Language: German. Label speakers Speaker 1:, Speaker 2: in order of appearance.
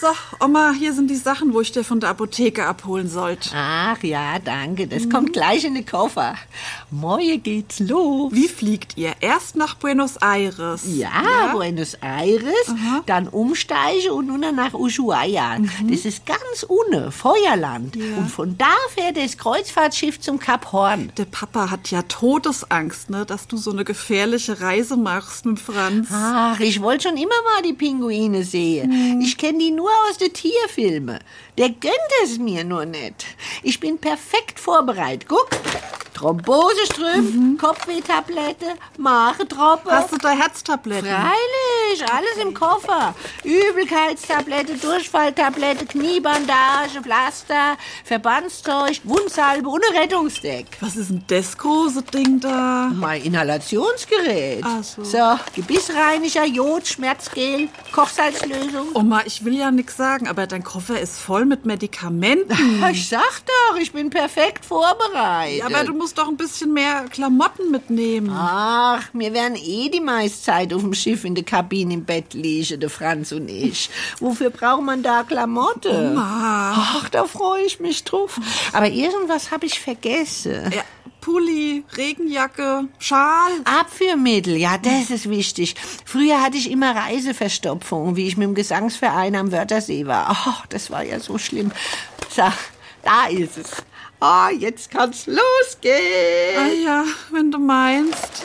Speaker 1: So, Oma, hier sind die Sachen, wo ich dir von der Apotheke abholen sollte.
Speaker 2: Ach ja, danke. Das
Speaker 1: Mhm.
Speaker 2: kommt gleich in den Koffer. Morgen geht's los.
Speaker 1: Wie fliegt ihr? Erst nach Buenos Aires.
Speaker 2: Ja, Buenos Aires, dann umsteige und nun nach Ushuaia.
Speaker 1: Mhm.
Speaker 2: Das ist ganz unten, Feuerland. Und von da fährt das Kreuzfahrtschiff zum Kap Horn.
Speaker 1: Der Papa hat ja Todesangst, ne, dass du so eine gefährliche Reise machst mit Franz.
Speaker 2: Ach, ich wollte schon immer mal die Pinguine sehen.
Speaker 1: Mhm.
Speaker 2: Ich kenne die nur aus den Tierfilmen. Der gönnt es mir nur nicht. Ich bin perfekt vorbereitet. Guck, Thrombosestrümpf, Kopfwehtablette,
Speaker 1: Mhm.
Speaker 2: Magentropfen.
Speaker 1: Hast du da Herztabletten?
Speaker 2: Freilich, alles im Koffer. Übelkeitstablette, Durchfalltablette, Kniebandage, Pflaster, Verbandszeug, Wundsalbe und ein Rettungsdeck.
Speaker 1: Was ist denn das große Ding da?
Speaker 2: Mein Inhalationsgerät.
Speaker 1: Ach so.
Speaker 2: so, Gebissreiniger, Jod, Schmerzgel, Kochsalzlösung.
Speaker 1: Oma, ich will ja nix sagen, aber dein Koffer ist voll mit Medikamenten.
Speaker 2: Ich sag doch, ich bin perfekt vorbereitet.
Speaker 1: Aber du musst doch ein bisschen mehr Klamotten mitnehmen.
Speaker 2: Ah. Ach, wir werden eh die meiste Zeit auf dem Schiff in der Kabine im Bett liegen, der Franz und ich. Wofür braucht man da Klamotte? Ach, da freue ich mich drauf. Aber irgendwas habe ich vergessen.
Speaker 1: Ja, Pulli, Regenjacke, Schal.
Speaker 2: Abführmittel, ja, das ist wichtig. Früher hatte ich immer Reiseverstopfung, wie ich mit dem Gesangsverein am Wörthersee war. Ach, das war ja so schlimm. So, da ist es. Ah, jetzt kann's losgehen.
Speaker 1: Ah ja, wenn du meinst.